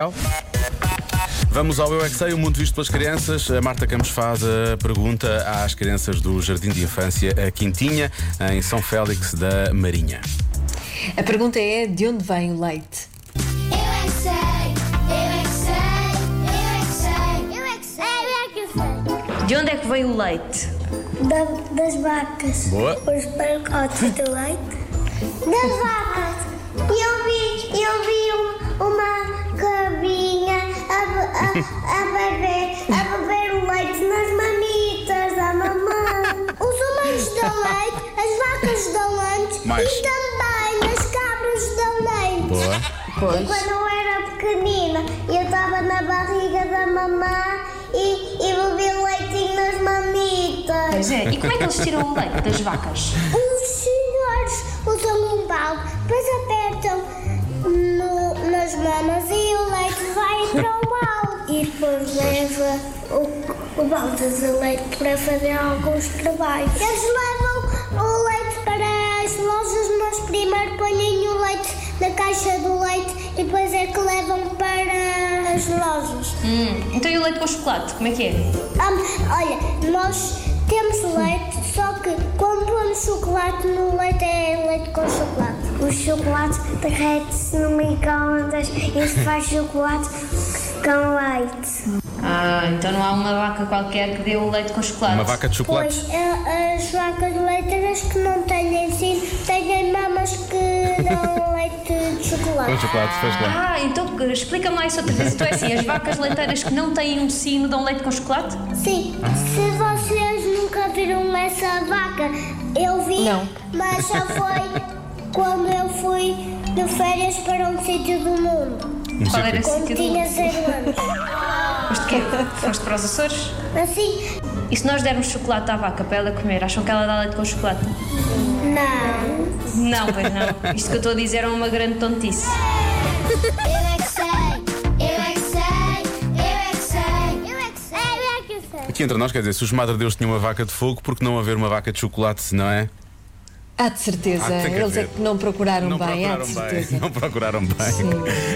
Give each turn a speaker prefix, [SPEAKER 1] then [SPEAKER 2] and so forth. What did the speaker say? [SPEAKER 1] Então. Vamos ao Eu é que Sei, o mundo visto pelas crianças. A Marta Campos faz a pergunta às crianças do Jardim de Infância a Quintinha, em São Félix da Marinha.
[SPEAKER 2] A pergunta é de onde vem o leite?
[SPEAKER 3] Eu é que sei, eu é que sei, eu é que sei, eu é que sei, eu
[SPEAKER 4] De onde é que vem o leite?
[SPEAKER 3] é que sei. das vacas.
[SPEAKER 1] Boa.
[SPEAKER 3] Os pacotes do leite. Das vacas. Eu vi, eu vi um- uma cabinha a, be- a, a beber, a beber o leite nas mamitas da mamãe. Os humanos dão leite, as vacas dão leite
[SPEAKER 1] Mais.
[SPEAKER 3] e também as cabras dão leite.
[SPEAKER 1] Boa.
[SPEAKER 3] E quando eu era pequenina, eu estava na barriga da mamãe e, e bebi leitinho nas mamitas.
[SPEAKER 4] Pois é. E como é que eles tiram o leite das vacas?
[SPEAKER 3] Os senhores usam um balde, depois apertam no- nas mamas e o leite vai para o balde. E depois leva o, o balde de leite para fazer alguns trabalhos. Eles levam o leite para as lojas, mas primeiro põem o leite na caixa do leite e depois é que levam para as lojas.
[SPEAKER 4] Hum, então e o leite com chocolate? Como é que é?
[SPEAKER 3] Hum, olha, nós temos leite, só que quando pomos chocolate no leite é leite com chocolate. O chocolate derrete-se no micro-ondas e se faz chocolate com leite.
[SPEAKER 4] Ah, então não há uma vaca qualquer que dê o leite com chocolate.
[SPEAKER 1] Uma vaca de chocolate.
[SPEAKER 3] Pois, a- as vacas leiteiras que não têm ensino têm mamas que dão leite de
[SPEAKER 1] Com
[SPEAKER 3] chocolate.
[SPEAKER 1] chocolate, fez bem.
[SPEAKER 4] Ah, então que- explica-me lá isso outra vez. Então é assim, as vacas leiteiras que não têm um sino dão leite com chocolate?
[SPEAKER 3] Sim, se vocês nunca viram essa vaca, eu vi,
[SPEAKER 2] Não.
[SPEAKER 3] mas só foi quando eu fui de férias para um sítio do mundo,
[SPEAKER 1] Um
[SPEAKER 4] Qual era
[SPEAKER 1] círculo.
[SPEAKER 4] esse
[SPEAKER 3] quando
[SPEAKER 4] sítio do
[SPEAKER 3] tinha
[SPEAKER 4] mundo?
[SPEAKER 3] zero anos.
[SPEAKER 4] Foste quê? Foste para os Açores?
[SPEAKER 3] Assim,
[SPEAKER 4] E se nós dermos chocolate à vaca para ela comer, acham que ela dá leite com chocolate?
[SPEAKER 3] não.
[SPEAKER 4] Não, pois não. Isto que eu estou a dizer é uma grande tontice.
[SPEAKER 3] Eu é que sei, eu é que sei, eu é que sei, eu é que sei, eu é que sei.
[SPEAKER 1] Aqui entre nós, quer dizer, se os Madre Deus tinham uma vaca de fogo, por que não haver uma vaca de chocolate, não é?
[SPEAKER 2] Há de certeza.
[SPEAKER 1] Ah, tem que
[SPEAKER 2] Eles é
[SPEAKER 1] haver.
[SPEAKER 2] que não procuraram
[SPEAKER 1] não
[SPEAKER 2] bem, há
[SPEAKER 1] procuraram
[SPEAKER 2] de
[SPEAKER 1] bem.
[SPEAKER 2] certeza.
[SPEAKER 1] Não procuraram bem.